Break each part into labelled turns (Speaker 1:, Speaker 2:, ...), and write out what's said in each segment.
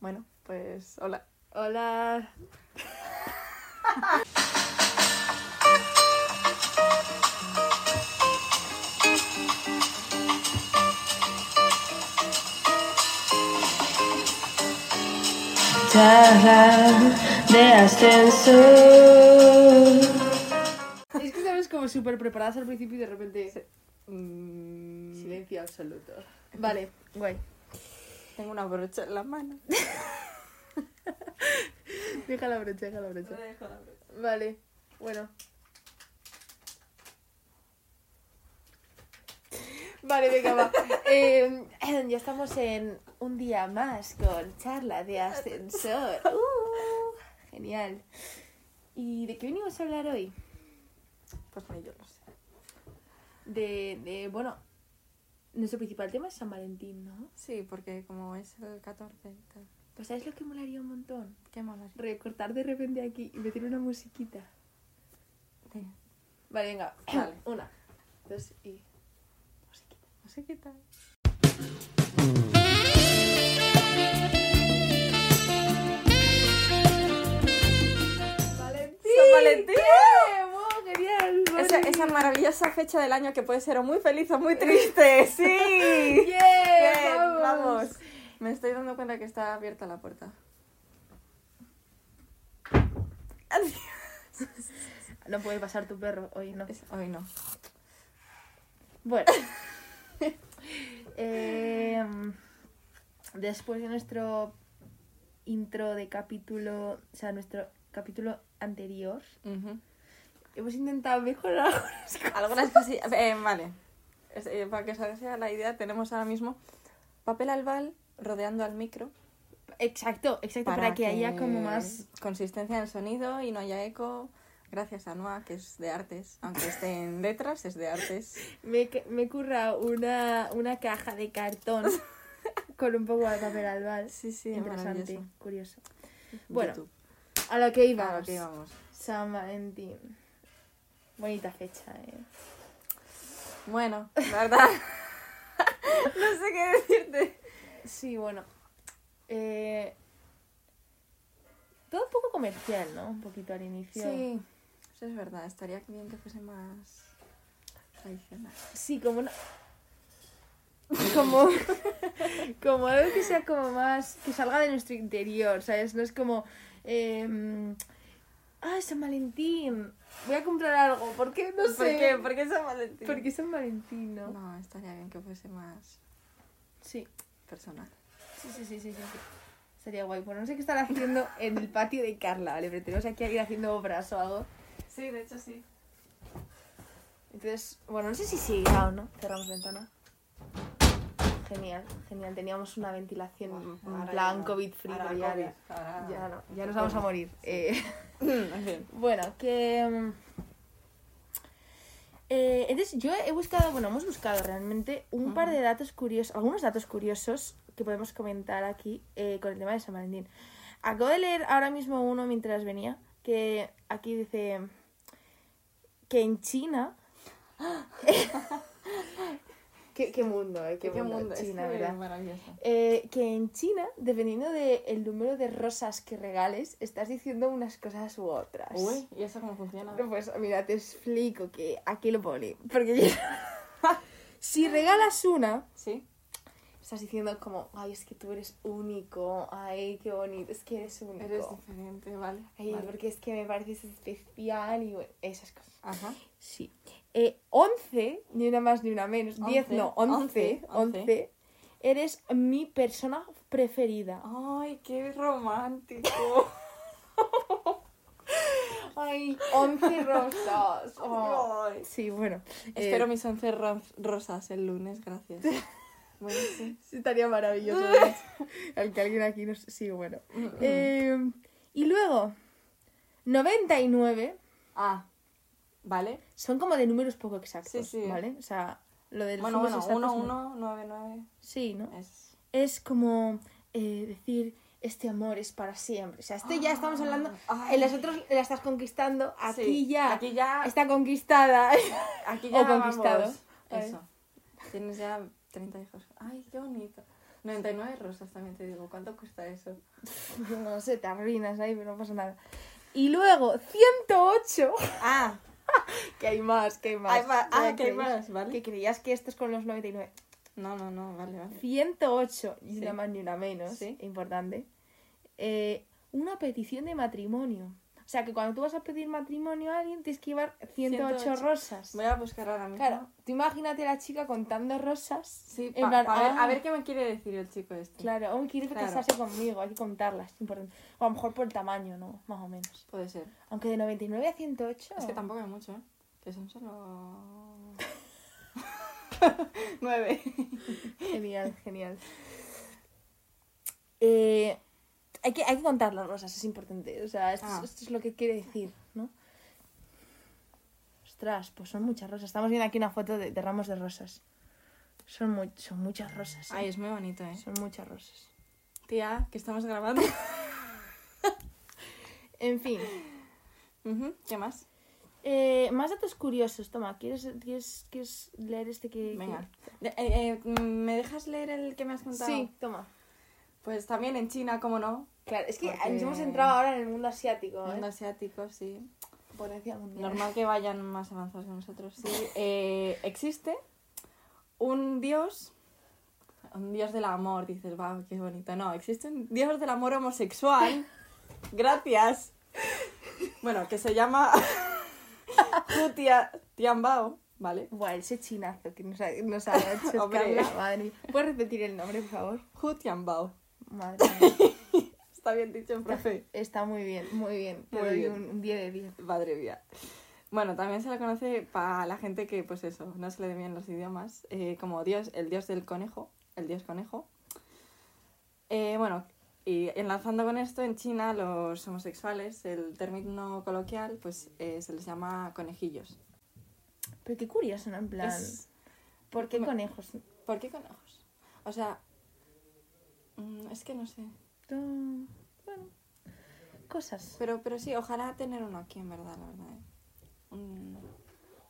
Speaker 1: Bueno, pues hola.
Speaker 2: Hola.
Speaker 3: de ascensor.
Speaker 2: Es que estabas como súper preparadas al principio y de repente
Speaker 1: Mm,
Speaker 2: silencio absoluto. Vale, guay.
Speaker 1: Tengo una brocha en la mano.
Speaker 2: Deja la brocha, deja la brocha. Vale, bueno. Vale, venga, va. Eh, ya estamos en un día más con charla de ascensor. Uh, genial. ¿Y de qué venimos a hablar hoy?
Speaker 1: Pues no, yo no sé.
Speaker 2: De, de, bueno, nuestro principal tema es San Valentín, ¿no?
Speaker 1: Sí, porque como es el 14 y tal.
Speaker 2: Pues ¿sabes lo que molaría un montón?
Speaker 1: Qué mola.
Speaker 2: Recortar de repente aquí y meter una musiquita.
Speaker 1: Sí.
Speaker 2: Vale, venga.
Speaker 1: Vale.
Speaker 2: Una, dos y... Musiquita.
Speaker 1: No sé qué tal.
Speaker 2: ¡Valentín!
Speaker 1: ¡San Valentín!
Speaker 2: ¡Wow, genial!
Speaker 1: Esa,
Speaker 2: Valentín.
Speaker 1: esa maravillosa fecha del año que puede ser o muy feliz o muy triste. ¡Sí!
Speaker 2: ¡Yeah!
Speaker 1: Bien,
Speaker 2: ¡Vamos!
Speaker 1: vamos. Me estoy dando cuenta que está abierta la puerta. Adiós.
Speaker 2: No puede pasar tu perro hoy, no.
Speaker 1: Es- Hoy no.
Speaker 2: Bueno. Em, después de nuestro intro de capítulo, o sea, nuestro capítulo anterior, hemos intentado mejorar algunas cosas.
Speaker 1: Algunas cosillas. eh, vale. Es- eh, para que os hagáis la idea, tenemos ahora mismo papel albal rodeando al micro.
Speaker 2: Exacto, exacto, para, que, haya como más...
Speaker 1: consistencia en el sonido y no haya eco. Gracias a Noa, que es de artes. Aunque esté en letras, es de artes.
Speaker 2: Me, he ca- me he currado una, una caja de cartón con un poco de papel albal.
Speaker 1: Sí, sí,
Speaker 2: Interesante,
Speaker 1: maravilloso.
Speaker 2: curioso. Bueno,
Speaker 1: YouTube.
Speaker 2: a lo que
Speaker 1: Claro,
Speaker 2: íbamos.
Speaker 1: que Ah, vamos.
Speaker 2: San Valentín. Bonita fecha, ¿eh?
Speaker 1: Bueno, la verdad. no sé qué decirte.
Speaker 2: Sí, bueno. Eh, todo un poco comercial, ¿no? Un poquito al inicio.
Speaker 1: Sí, eso es verdad. Estaría bien que fuese más tradicional.
Speaker 2: Sí, como una... Como, como algo que sea como más... Que salga de nuestro interior, ¿sabes? No es como... Eh, ah, San Valentín. Voy a comprar algo. ¿Por qué? No
Speaker 1: ¿Por
Speaker 2: sé.
Speaker 1: qué? ¿Por qué San Valentín?
Speaker 2: Porque San Valentín, ¿no?
Speaker 1: No, estaría bien que fuese más
Speaker 2: Sí.
Speaker 1: personal.
Speaker 2: Sí, sí, sí, sí, sí, sí. Sería guay. Bueno, no sé qué estará haciendo en el patio de Carla, ¿vale? Pero tenemos aquí a alguien haciendo obras o algo.
Speaker 1: Sí, de hecho sí.
Speaker 2: Entonces, bueno, no sé si seguirá o no. Cerramos ventana. Genial, genial. Teníamos una ventilación en plan COVID free, pero ya, ya no, ya nos vamos a morir. Eh, bueno, que... mm, eh, entonces yo he buscado, bueno, hemos buscado realmente un par de datos curiosos, algunos datos curiosos que podemos comentar aquí eh, con el tema de San Valentín. Acabo de leer ahora mismo uno mientras venía, que aquí dice que en China... ¿Qué, qué mundo, eh,
Speaker 1: ¿Qué, mundo es
Speaker 2: China,
Speaker 1: que
Speaker 2: ¿verdad?
Speaker 1: maravilloso.
Speaker 2: Eh, que en China, dependiendo del número de rosas que regales, estás diciendo unas cosas u otras.
Speaker 1: Uy, ¿y eso cómo funciona?
Speaker 2: No, Pues mira, te explico que aquí lo pone. Porque yo- si regalas una,
Speaker 1: Sí.
Speaker 2: estás diciendo como, ay, es que tú eres único, ay, qué bonito, es que eres único.
Speaker 1: Eres diferente, vale.
Speaker 2: Ay,
Speaker 1: vale.
Speaker 2: porque es que me pareces especial y bueno, esas cosas.
Speaker 1: Ajá.
Speaker 2: Sí. Eh, 11, ni una más ni una menos. 10, no, 11.
Speaker 1: Once,
Speaker 2: 11. Eres mi persona preferida.
Speaker 1: Ay, qué romántico.
Speaker 2: Ay, 11 rosas.
Speaker 1: Ay.
Speaker 2: Sí, bueno.
Speaker 1: Espero mis 11 ro- rosas el lunes, gracias. Bueno, sí.
Speaker 2: Estaría maravilloso. ¿verdad? Al que alguien aquí nos... Sí, bueno. Eh, y luego, 99
Speaker 1: Ah, ¿vale?
Speaker 2: son como de números poco exactos,
Speaker 1: Sí, sí.
Speaker 2: ¿vale? O sea, lo del
Speaker 1: Bueno, bueno, Eh. 1,
Speaker 2: 1.
Speaker 1: 1, 9, 9
Speaker 2: Sí, ¿no?
Speaker 1: es...
Speaker 2: Es como eh, decir, este amor es para siempre. O sea, este ya estamos hablando... En los otros la estás conquistando, aquí
Speaker 1: Ah, Sí,
Speaker 2: ya
Speaker 1: Aquí ya...
Speaker 2: está conquistada.
Speaker 1: Aquí
Speaker 2: o
Speaker 1: ya vamos.
Speaker 2: conquistado.
Speaker 1: Eso. Tienes ya 30 hijos. Ay, qué bonito. 99 rosas también te digo, ¿cuánto cuesta eso?
Speaker 2: No sé, te arruinas ahí, pero no pasa nada. Y luego, 108.
Speaker 1: Ah,
Speaker 2: que hay más, que hay más.
Speaker 1: Hay más- ah,
Speaker 2: Ya
Speaker 1: que hay
Speaker 2: creías-
Speaker 1: más, vale.
Speaker 2: Que creías que esto es con los 99.
Speaker 1: no, no, no, vale, vale.
Speaker 2: 108, ni
Speaker 1: Sí.
Speaker 2: una más ni una menos,
Speaker 1: Sí.
Speaker 2: importante. Eh, una petición de matrimonio. O sea, que cuando tú vas a pedir matrimonio a alguien, tienes que llevar 108,
Speaker 1: 108.
Speaker 2: rosas.
Speaker 1: Voy a buscar ahora mismo.
Speaker 2: Claro, tú imagínate a la chica contando rosas.
Speaker 1: Sí,
Speaker 2: en
Speaker 1: pa-
Speaker 2: plan,
Speaker 1: pa ver-
Speaker 2: ah,
Speaker 1: a ver qué me quiere decir el chico este.
Speaker 2: Claro, aún quiere
Speaker 1: Claro.
Speaker 2: casarse conmigo, hay que contarlas, es importante. O a lo mejor por el tamaño, ¿no? Más o menos.
Speaker 1: Puede ser.
Speaker 2: Aunque de 99 a 108.
Speaker 1: Es que tampoco hay mucho, ¿eh? Que son solo... Nueve.
Speaker 2: Genial, genial. Eh, hay, que, hay que contar las rosas, es importante. O sea, esto,
Speaker 1: Ah.
Speaker 2: es, esto es lo que quiere decir, ¿no? Ostras, pues son muchas rosas. Estamos viendo aquí una foto de, de ramos de rosas. Son, mu- son muchas rosas. ¿eh?
Speaker 1: Ay, es muy bonito, ¿eh?
Speaker 2: Son muchas rosas.
Speaker 1: Tía, que estamos grabando.
Speaker 2: En fin,
Speaker 1: Ujú, ¿Qué más?
Speaker 2: eh, más datos curiosos. Toma, ¿quieres, quieres, quieres leer este que.?
Speaker 1: Venga. De- eh, eh, ¿Me dejas leer el que me has
Speaker 2: que-
Speaker 1: contado?
Speaker 2: Sí, toma.
Speaker 1: Pues también en China, ¿cómo no?
Speaker 2: Claro, es que
Speaker 1: Porque-
Speaker 2: nos hemos entrado ahora en el mundo asiático. ¿eh?
Speaker 1: Mundo asiático, sí.
Speaker 2: Potencia mundial.
Speaker 1: Normal que vayan más avanzados que nosotros, sí. Eh, existe un dios, un dios del amor, dices, wow, qué bonito. No, existe un dios del amor homosexual. Gracias. Bueno, que se llama Jutia Tianbao, ¿vale?
Speaker 2: Buah, ese chinazo que nos ha, nos ha hecho
Speaker 1: Hombre.
Speaker 2: Carla, madre mía. ¿Puedes repetir el nombre, por favor?
Speaker 1: Hu Tianbao.
Speaker 2: Madre mía.
Speaker 1: Está bien dicho, profe.
Speaker 2: Está muy bien, muy bien. Te
Speaker 1: Muy
Speaker 2: doy
Speaker 1: bien.
Speaker 2: un, un 10 de 10.
Speaker 1: Madre mía. Bueno, también se le conoce para la gente que, pues eso, no se le den bien los idiomas, eh, como dios, el dios del conejo, el dios conejo. Eh, bueno, y enlazando con esto, en China los homosexuales, el término coloquial, pues eh, se les llama conejillos.
Speaker 2: Pero qué curioso, ¿no? En plan,
Speaker 1: Es-
Speaker 2: ¿por qué
Speaker 1: me-
Speaker 2: conejos?
Speaker 1: ¿Por qué conejos? O sea, mm, es que no sé.
Speaker 2: Mm, Bueno, cosas.
Speaker 1: Pero, pero sí, ojalá tener uno aquí, en verdad, la verdad. ¿eh? Un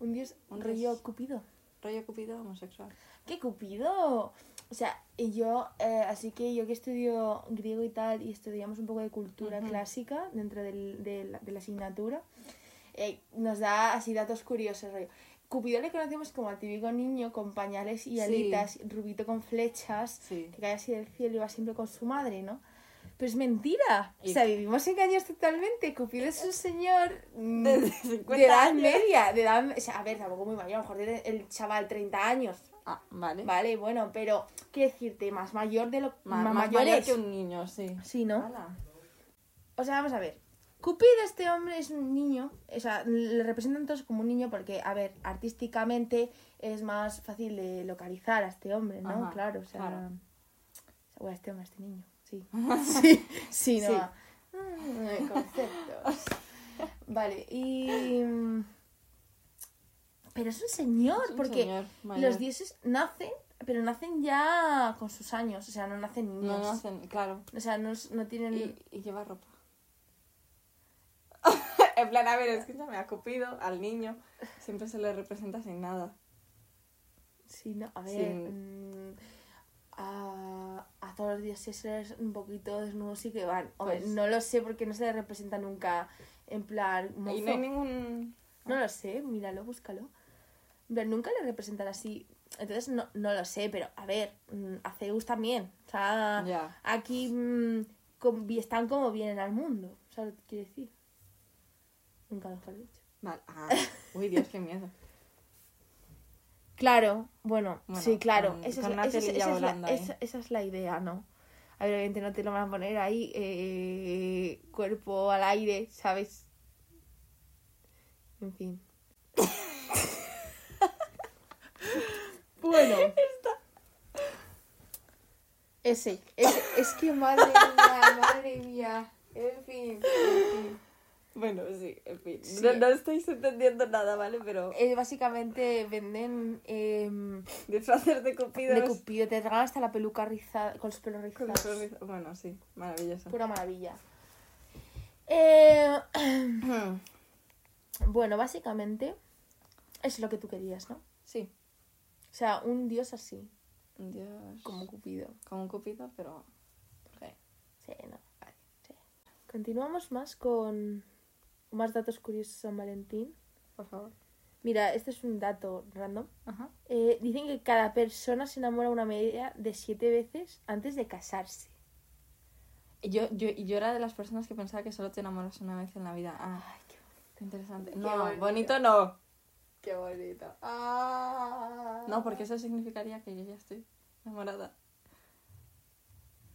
Speaker 2: Un dios, un
Speaker 1: Un
Speaker 2: rollo
Speaker 1: dios.
Speaker 2: cupido.
Speaker 1: rollo cupido homosexual.
Speaker 2: ¡Qué cupido! O sea, y yo, eh, así que yo que estudio griego y tal, y estudiamos un poco de cultura
Speaker 1: Ujú.
Speaker 2: clásica dentro del- de, la, de la asignatura, eh, nos da así datos curiosos. rollo. Cupido le conocemos como al típico niño con pañales y
Speaker 1: Sí.
Speaker 2: alitas, rubito con flechas,
Speaker 1: Sí.
Speaker 2: que cae así del cielo y va siempre con su madre, ¿no? Pero es mentira. O
Speaker 1: Y-
Speaker 2: sea, vivimos engañados totalmente. Cupido es un señor mm,
Speaker 1: Desde
Speaker 2: de
Speaker 1: 50
Speaker 2: edad
Speaker 1: años.
Speaker 2: media. De edad, o sea, a ver, tampoco muy mayor. A lo mejor tiene el chaval 30 años.
Speaker 1: Ah, vale.
Speaker 2: Vale, bueno, pero quiero decirte, más mayor de lo
Speaker 1: Ma-
Speaker 2: más,
Speaker 1: más
Speaker 2: mayor
Speaker 1: mayor
Speaker 2: es.
Speaker 1: que un niño, sí.
Speaker 2: Sí, ¿no?
Speaker 1: Ala.
Speaker 2: O sea, vamos a ver. Cupido, este hombre, es un niño. O sea, le representan todos como un niño porque, a ver, artísticamente es más fácil de localizar a este hombre, ¿no?
Speaker 1: Ajá,
Speaker 2: claro, o sea.
Speaker 1: claro.
Speaker 2: o sea, bueno, a este hombre, a este niño. Sí. sí, sí, no.
Speaker 1: Sí.
Speaker 2: a- Mm, conceptos. Vale, y. mm, Pero es un señor,
Speaker 1: Es un
Speaker 2: porque.
Speaker 1: señor
Speaker 2: Los
Speaker 1: mayor.
Speaker 2: dioses nacen, pero nacen ya con sus años, o sea, no nacen niños.
Speaker 1: No, no hacen, claro.
Speaker 2: O sea, no, es- no tienen...
Speaker 1: Y, y lleva ropa. en plan, a ver, escúchame, a Cupido, al niño, siempre se le representa sin nada.
Speaker 2: Sí, no, a ver... mm, a, a todos los dioses eres un poquito desnudos y que van. Hombre,
Speaker 1: Pues-
Speaker 2: no lo sé porque no se les representa nunca en plan... mozo.
Speaker 1: Y no hay ningún.
Speaker 2: No lo sé, míralo, búscalo. Pero nunca le representan así. Entonces, no, no lo sé, pero a ver, mm, a Zeus también. O sea,
Speaker 1: Ya.
Speaker 2: aquí mm, com- vi- están como vienen al mundo. ¿Sabes lo que quiero decir? Nunca mejor dicho.
Speaker 1: Vale. Ah, uy, Dios, qué miedo.
Speaker 2: Claro, bueno,
Speaker 1: Bueno,
Speaker 2: sí, claro.
Speaker 1: con-
Speaker 2: Esa es
Speaker 1: con
Speaker 2: la-
Speaker 1: una
Speaker 2: esa es-
Speaker 1: telilla
Speaker 2: esa es la-
Speaker 1: volando ahí.
Speaker 2: esa- esa es la idea, ¿no? A ver, obviamente no te lo van a poner ahí, eh, cuerpo al aire, ¿sabes? En fin. bueno. Ese, ese, es que madre mía, madre mía. En fin, en fin.
Speaker 1: Bueno, sí, en fin.
Speaker 2: Sí.
Speaker 1: No, no estáis entendiendo nada, ¿vale? Pero
Speaker 2: Eh, básicamente venden em,
Speaker 1: disfraces de Cupido.
Speaker 2: de
Speaker 1: es-
Speaker 2: cupido, te regalan hasta la peluca rizada, con los pelos
Speaker 1: con
Speaker 2: rizados.
Speaker 1: los rizos- Bueno, sí, maravilloso.
Speaker 2: Pura maravilla. Eh, bueno, básicamente es lo que tú querías, ¿no?
Speaker 1: sí,
Speaker 2: O sea, un dios así.
Speaker 1: Un dios.
Speaker 2: Como Cupido.
Speaker 1: Como un cupido, pero. ok.
Speaker 2: Sí, no. Sí. Continuamos más con más datos curiosos de San Valentín.
Speaker 1: Por favor.
Speaker 2: Mira, este es un dato random.
Speaker 1: Ajá.
Speaker 2: Eh, dicen que cada persona se enamora una media de siete veces antes de casarse.
Speaker 1: Yo, yo, y yo era de las personas que pensaba que solo te enamoras una vez en la vida. Ah,
Speaker 2: Ay, qué
Speaker 1: qué interesante.
Speaker 2: Qué
Speaker 1: No,
Speaker 2: bonito.
Speaker 1: bonito. no.
Speaker 2: Qué bonito. Ah.
Speaker 1: No, porque eso significaría que yo ya estoy enamorada.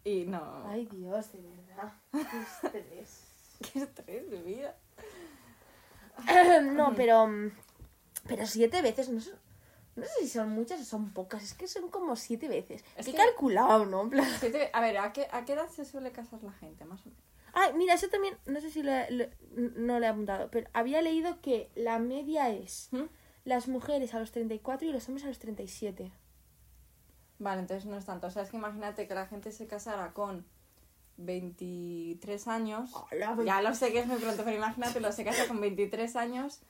Speaker 1: Y no.
Speaker 2: Ay, Dios, de verdad. Qué estrés.
Speaker 1: Qué estrés de vida.
Speaker 2: no, pero. mm, Pero siete veces, no sé, no sé si son muchas o son pocas. Es que son como siete veces.
Speaker 1: Es
Speaker 2: que he
Speaker 1: que-
Speaker 2: calculado, ¿no? En plan-
Speaker 1: Siete- A ver, ¿a qué, ¿a qué edad se suele casar la gente? Más o menos.
Speaker 2: Ay, mira, eso también. No sé si le- le- no le he apuntado, pero había leído que la media es
Speaker 1: ¿Mm?
Speaker 2: las mujeres a los 34 y los hombres a los 37.
Speaker 1: Vale, entonces no es tanto. O sea, es que imagínate que la gente se casara con 23 años. Ya lo sé que es muy pronto, pero imagínate, lo se casa con 23 años.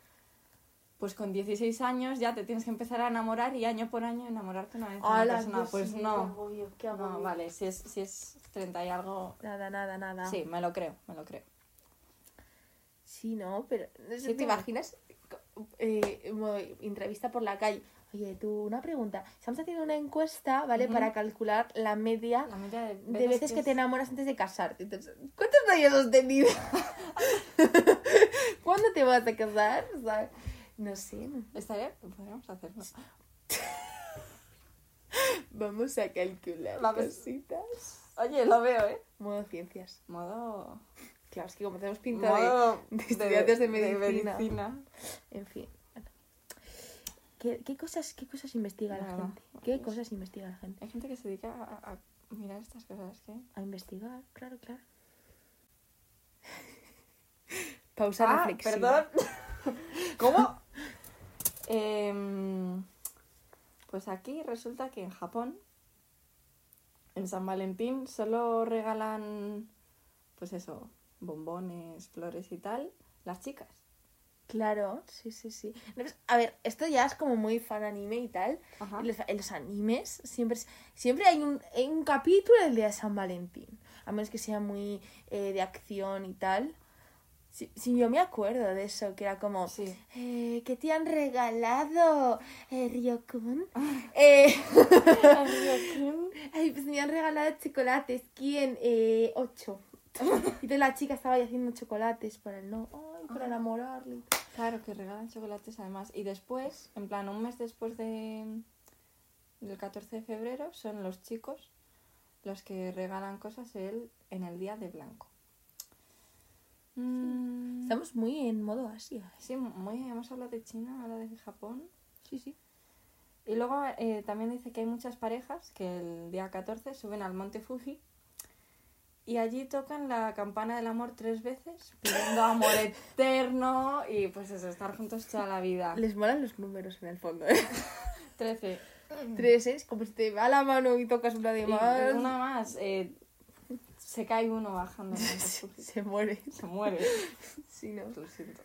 Speaker 1: Pues con 16 años ya te tienes que empezar a enamorar y año por año enamorarte una vez de una
Speaker 2: Ala,
Speaker 1: persona.
Speaker 2: Dios
Speaker 1: pues
Speaker 2: mío, Qué
Speaker 1: no.
Speaker 2: agobio, qué agobio.
Speaker 1: No, vale, si es, si es 30 y algo.
Speaker 2: Nada, nada, nada.
Speaker 1: Sí, me lo creo, me lo creo.
Speaker 2: Sí, no, pero. no sé,
Speaker 1: Sí,
Speaker 2: ¿Te
Speaker 1: tú-
Speaker 2: imaginas? Eh, mo- entrevista por la calle. Oye, tú, una pregunta. Estamos haciendo una encuesta, ¿vale?
Speaker 1: Ujú.
Speaker 2: Para calcular la media
Speaker 1: Ah, La media de veces,
Speaker 2: de veces que te enamoras antes de casarte. Entonces, ¿Cuántos novios has tenido? ¿Cuándo te vas a casar? O sea, no sé.
Speaker 1: Estaría, Pues podríamos hacerlo.
Speaker 2: Vamos a calcular
Speaker 1: Vamos.
Speaker 2: cositas.
Speaker 1: Oye, lo veo, ¿eh?
Speaker 2: Modo ciencias.
Speaker 1: Modo.
Speaker 2: Claro, es que como tenemos pinta de-
Speaker 1: modo
Speaker 2: de estudiantes de medicina.
Speaker 1: medicina.
Speaker 2: En fin. bueno. ¿Qué, qué cosas, ¿Qué cosas investiga la
Speaker 1: Nada,
Speaker 2: gente? ¿Qué
Speaker 1: pues.
Speaker 2: cosas investiga la gente?
Speaker 1: Hay gente que se dedica a, a mirar estas cosas, ¿qué?
Speaker 2: A investigar, claro, claro. Pausa reflexiva.
Speaker 1: Ah, ¿Cómo? Em, pues aquí resulta que en Japón, en San Valentín, solo regalan, pues eso, bombones, flores y tal, las chicas.
Speaker 2: Claro, sí, sí, sí. No, pues, A ver, esto ya es como muy fan anime y tal.
Speaker 1: Ajá.
Speaker 2: En los, en los animes siempre, es- siempre hay, un, hay un capítulo del día de San Valentín. A menos que sea muy eh, de acción y tal. Sí, sí, yo me acuerdo de eso, que era como...
Speaker 1: Sí.
Speaker 2: Eh, ¿Qué te han regalado, eh, Ryokun? Eh, ay, pues me han regalado chocolates. ¿Quién? Eh, ocho. Y de la chica estaba ahí haciendo chocolates para el no. Ay, para enamorarle.
Speaker 1: Claro, que regalan chocolates además. Y después, en plan, un mes después de, del 14 de febrero, son los chicos los que regalan cosas el- en el día de blanco. Mm,
Speaker 2: Estamos muy en modo Asia.
Speaker 1: Sí, muy, hemos hablado de China, ahora de Japón.
Speaker 2: Sí, sí.
Speaker 1: Y luego eh, también dice que hay muchas parejas que el día 14 suben al monte Fuji y allí tocan la campana del amor tres veces, pidiendo amor eterno y pues eso, estar juntos toda la vida.
Speaker 2: Les molan los números en el fondo. ¿eh?
Speaker 1: 13.
Speaker 2: Tres ¿eh? es como si te va la mano y tocas una de
Speaker 1: Y
Speaker 2: más.
Speaker 1: Pues una más. eh, se cae uno bajando. del monte Fuji.
Speaker 2: Se muere.
Speaker 1: Se muere.
Speaker 2: Sí, no.
Speaker 1: Lo siento.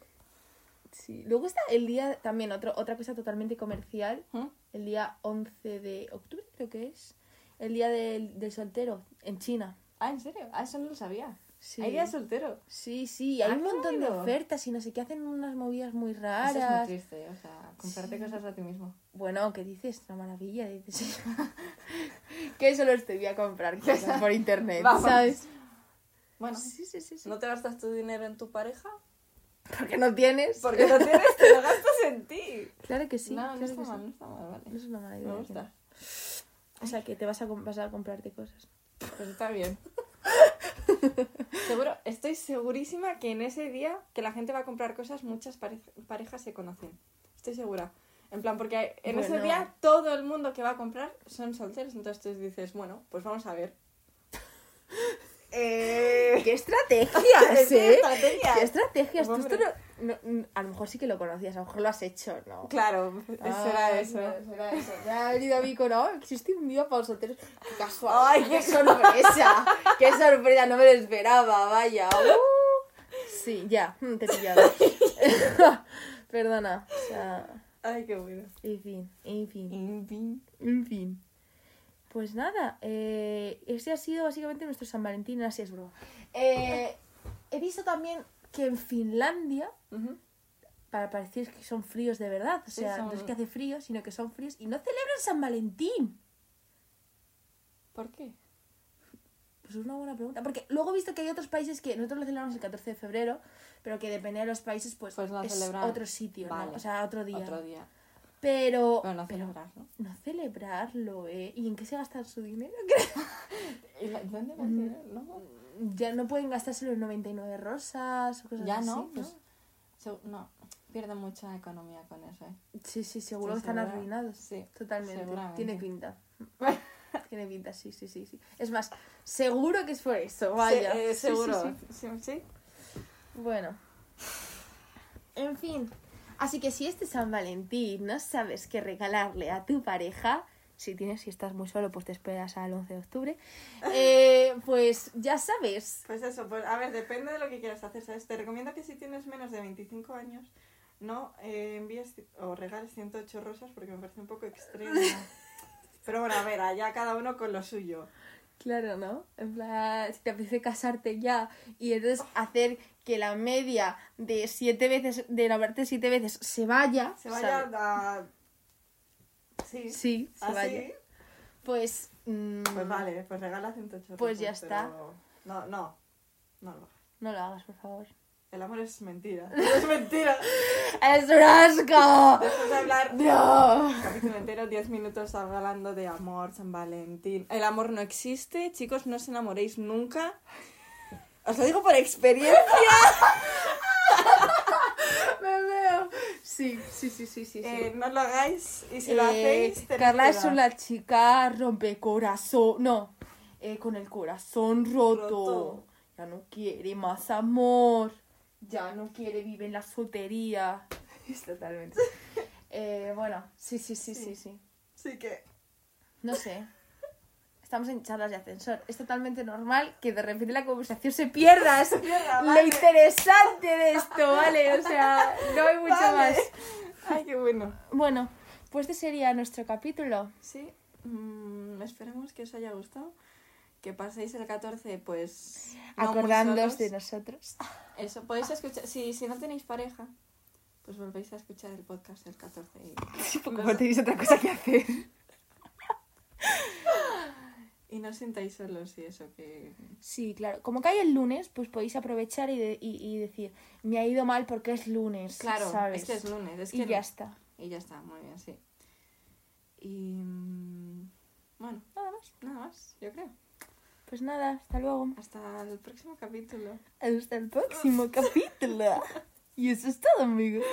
Speaker 2: Sí. Luego está el día también, otro, otra cosa totalmente comercial.
Speaker 1: ¿Mm?
Speaker 2: el día 11 de octubre, creo que es. El día del, del soltero en China.
Speaker 1: Ah, ¿en serio? Ah, eso no lo sabía.
Speaker 2: Sí.
Speaker 1: Hay día soltero.
Speaker 2: Sí, sí, hay
Speaker 1: Ah,
Speaker 2: un montón de
Speaker 1: claro.
Speaker 2: ofertas y no sé qué, hacen unas movidas muy
Speaker 1: Eso es muy
Speaker 2: raras.
Speaker 1: triste, o sea, comprarte
Speaker 2: Ah, Sí.
Speaker 1: cosas a ti mismo.
Speaker 2: bueno, ¿qué dices? Una maravilla, dices. que solo estoy voy a comprar cosas por internet,
Speaker 1: Vamos.
Speaker 2: ¿sabes?
Speaker 1: Bueno,
Speaker 2: Sí, sí, sí, sí.
Speaker 1: no te gastas tu dinero en tu pareja
Speaker 2: Porque no tienes.
Speaker 1: porque no tienes, te lo gastas en ti.
Speaker 2: Claro que sí.
Speaker 1: no, no
Speaker 2: claro
Speaker 1: está
Speaker 2: que sí.
Speaker 1: mal, no está mal,
Speaker 2: No
Speaker 1: vale.
Speaker 2: es una mala idea.
Speaker 1: Me
Speaker 2: que
Speaker 1: gusta.
Speaker 2: no. O sea, que te vas a, com- vas a comprarte cosas.
Speaker 1: Pues está bien. Seguro, estoy segurísima que en ese día que la gente va a comprar cosas, muchas pare- parejas se conocen. Estoy segura. En plan, porque en ese
Speaker 2: Bueno.
Speaker 1: día todo el mundo que va a comprar son solteros, entonces tú dices, bueno, pues vamos a ver. Eh...
Speaker 2: ¡Qué estrategias, eh!
Speaker 1: estrategia?
Speaker 2: ¿Qué estrategias? Tú
Speaker 1: Hombre.
Speaker 2: esto no- no- a lo mejor sí que lo conocías, a lo mejor lo has hecho, ¿no?
Speaker 1: Claro, eso era
Speaker 2: Ay,
Speaker 1: eso.
Speaker 2: Ah, no, será eso. Ya ha venido a mí con, "Oh, existe un día para los solteros. ¡Qué casual!
Speaker 1: Ay,
Speaker 2: ¡Qué
Speaker 1: qué
Speaker 2: sorpresa! ¡Qué sorpresa! No me lo esperaba, vaya. Uh. Sí, ya, mm, te he pillado. Perdona. O sea,
Speaker 1: Ay, qué bueno.
Speaker 2: en fin, en fin,
Speaker 1: En fin.
Speaker 2: en fin. Pues nada, eh, ese ha sido básicamente nuestro San Valentín, así es, bro. Eh, he visto también que en Finlandia,
Speaker 1: Ujú.
Speaker 2: para parecer que son fríos de verdad, o
Speaker 1: Sí,
Speaker 2: sea, no
Speaker 1: son-
Speaker 2: es que hace frío, sino que son fríos y no celebran San Valentín.
Speaker 1: ¿Por qué?
Speaker 2: Pues es una buena pregunta, porque luego he visto que hay otros países que nosotros lo celebramos el 14 de febrero, pero que depende de los países, pues,
Speaker 1: Pues no
Speaker 2: es
Speaker 1: celebran.
Speaker 2: otro sitio, ¿no?
Speaker 1: Vale.
Speaker 2: o sea, otro día.
Speaker 1: Otro día.
Speaker 2: Pero,
Speaker 1: Bueno, no
Speaker 2: pero
Speaker 1: celebrar, ¿no?
Speaker 2: no celebrarlo, ¿eh? ¿Y en qué se gasta su dinero?
Speaker 1: ¿Y la- ¿Dónde va a ser? No,
Speaker 2: ya no pueden gastarse los 99 rosas o cosas
Speaker 1: ya
Speaker 2: así,
Speaker 1: no, pues. se- no, pierden mucha economía con eso, ¿eh?
Speaker 2: Sí, sí, seguro
Speaker 1: Estoy
Speaker 2: que están
Speaker 1: segura.
Speaker 2: arruinados.
Speaker 1: Sí,
Speaker 2: Totalmente.
Speaker 1: seguramente.
Speaker 2: Tiene pinta. Tiene pinta, sí, sí, sí, sí. Es más, seguro que es por eso, vaya.
Speaker 1: Se- eh,
Speaker 2: Sí,
Speaker 1: seguro.
Speaker 2: sí, sí.
Speaker 1: Sí, sí.
Speaker 2: Bueno. En fin. Así que si este San Valentín no sabes qué regalarle a tu pareja, si tienes, si estás muy solo, pues te esperas al 11 de octubre, eh, pues ya sabes.
Speaker 1: Pues eso, pues a ver, depende de lo que quieras hacer, ¿sabes? Te recomiendo que si tienes menos de 25 años, no eh, envíes ci- o regales 108 rosas porque me parece un poco extremo. Pero bueno, a ver, allá cada uno con lo suyo.
Speaker 2: Claro, ¿no? En plan, si te apetece casarte ya y entonces hacer que la media de siete veces, de enamorarte siete veces, se vaya.
Speaker 1: Se vaya
Speaker 2: ¿sabes?
Speaker 1: a... ¿Ah, Sí,
Speaker 2: Sí, se
Speaker 1: así,
Speaker 2: vaya. Pues. mm,
Speaker 1: pues vale, pues regala 108
Speaker 2: Pues
Speaker 1: rosas,
Speaker 2: ya está.
Speaker 1: pero No, no, no lo hagas.
Speaker 2: No lo hagas, por favor.
Speaker 1: El amor es mentira, es mentira.
Speaker 2: ¡Es un asco!
Speaker 1: Después de hablar
Speaker 2: ¡No!
Speaker 1: Capítulo entero, 10 minutos hablando de amor, San Valentín. El amor no existe, chicos, no os enamoréis nunca. Os lo digo por experiencia.
Speaker 2: ¡Me veo! Sí, sí, sí, sí, sí. sí.
Speaker 1: Eh, no lo hagáis y si lo
Speaker 2: Eh,
Speaker 1: hacéis, tened
Speaker 2: Carla es
Speaker 1: cuidado.
Speaker 2: una chica rompecorazón. No, eh, con el corazón roto.
Speaker 1: Roto.
Speaker 2: Ya no quiere más amor. Ya no quiere vivir en la soltería. Es Totalmente. Eh, bueno, sí, sí, sí, sí,
Speaker 1: Sí.
Speaker 2: sí.
Speaker 1: Así que,
Speaker 2: No sé. Estamos en charlas de ascensor. Es totalmente normal que de repente la conversación se pierda. Es
Speaker 1: pierda,
Speaker 2: lo
Speaker 1: vale.
Speaker 2: interesante de esto, ¿vale? O sea, no hay mucho
Speaker 1: Vale.
Speaker 2: más.
Speaker 1: Ay, qué bueno.
Speaker 2: Bueno, pues este sería nuestro capítulo.
Speaker 1: Sí, mm, esperemos que os haya gustado. Que paséis el 14, pues. no muy
Speaker 2: acordándoos
Speaker 1: solos.
Speaker 2: de nosotros.
Speaker 1: Ah, Eso, podéis escuchar. Si, si no tenéis pareja, pues volvéis a escuchar el podcast el 14. y-
Speaker 2: Como tenéis otra cosa que hacer.
Speaker 1: Y no os sintáis solos y eso que.
Speaker 2: Sí, claro. Como cae el lunes, pues podéis aprovechar y, de- y- y decir, me ha ido mal porque es lunes.
Speaker 1: Claro,
Speaker 2: ¿sabes?
Speaker 1: es que es lunes. Es
Speaker 2: y
Speaker 1: que
Speaker 2: ya está.
Speaker 1: Y ya está, muy bien, sí. Y. mm, Bueno,
Speaker 2: Nada más.
Speaker 1: nada más, yo creo.
Speaker 2: Pues nada, hasta luego.
Speaker 1: Hasta el próximo capítulo.
Speaker 2: Hasta el próximo capítulo. Y eso es todo, amigos.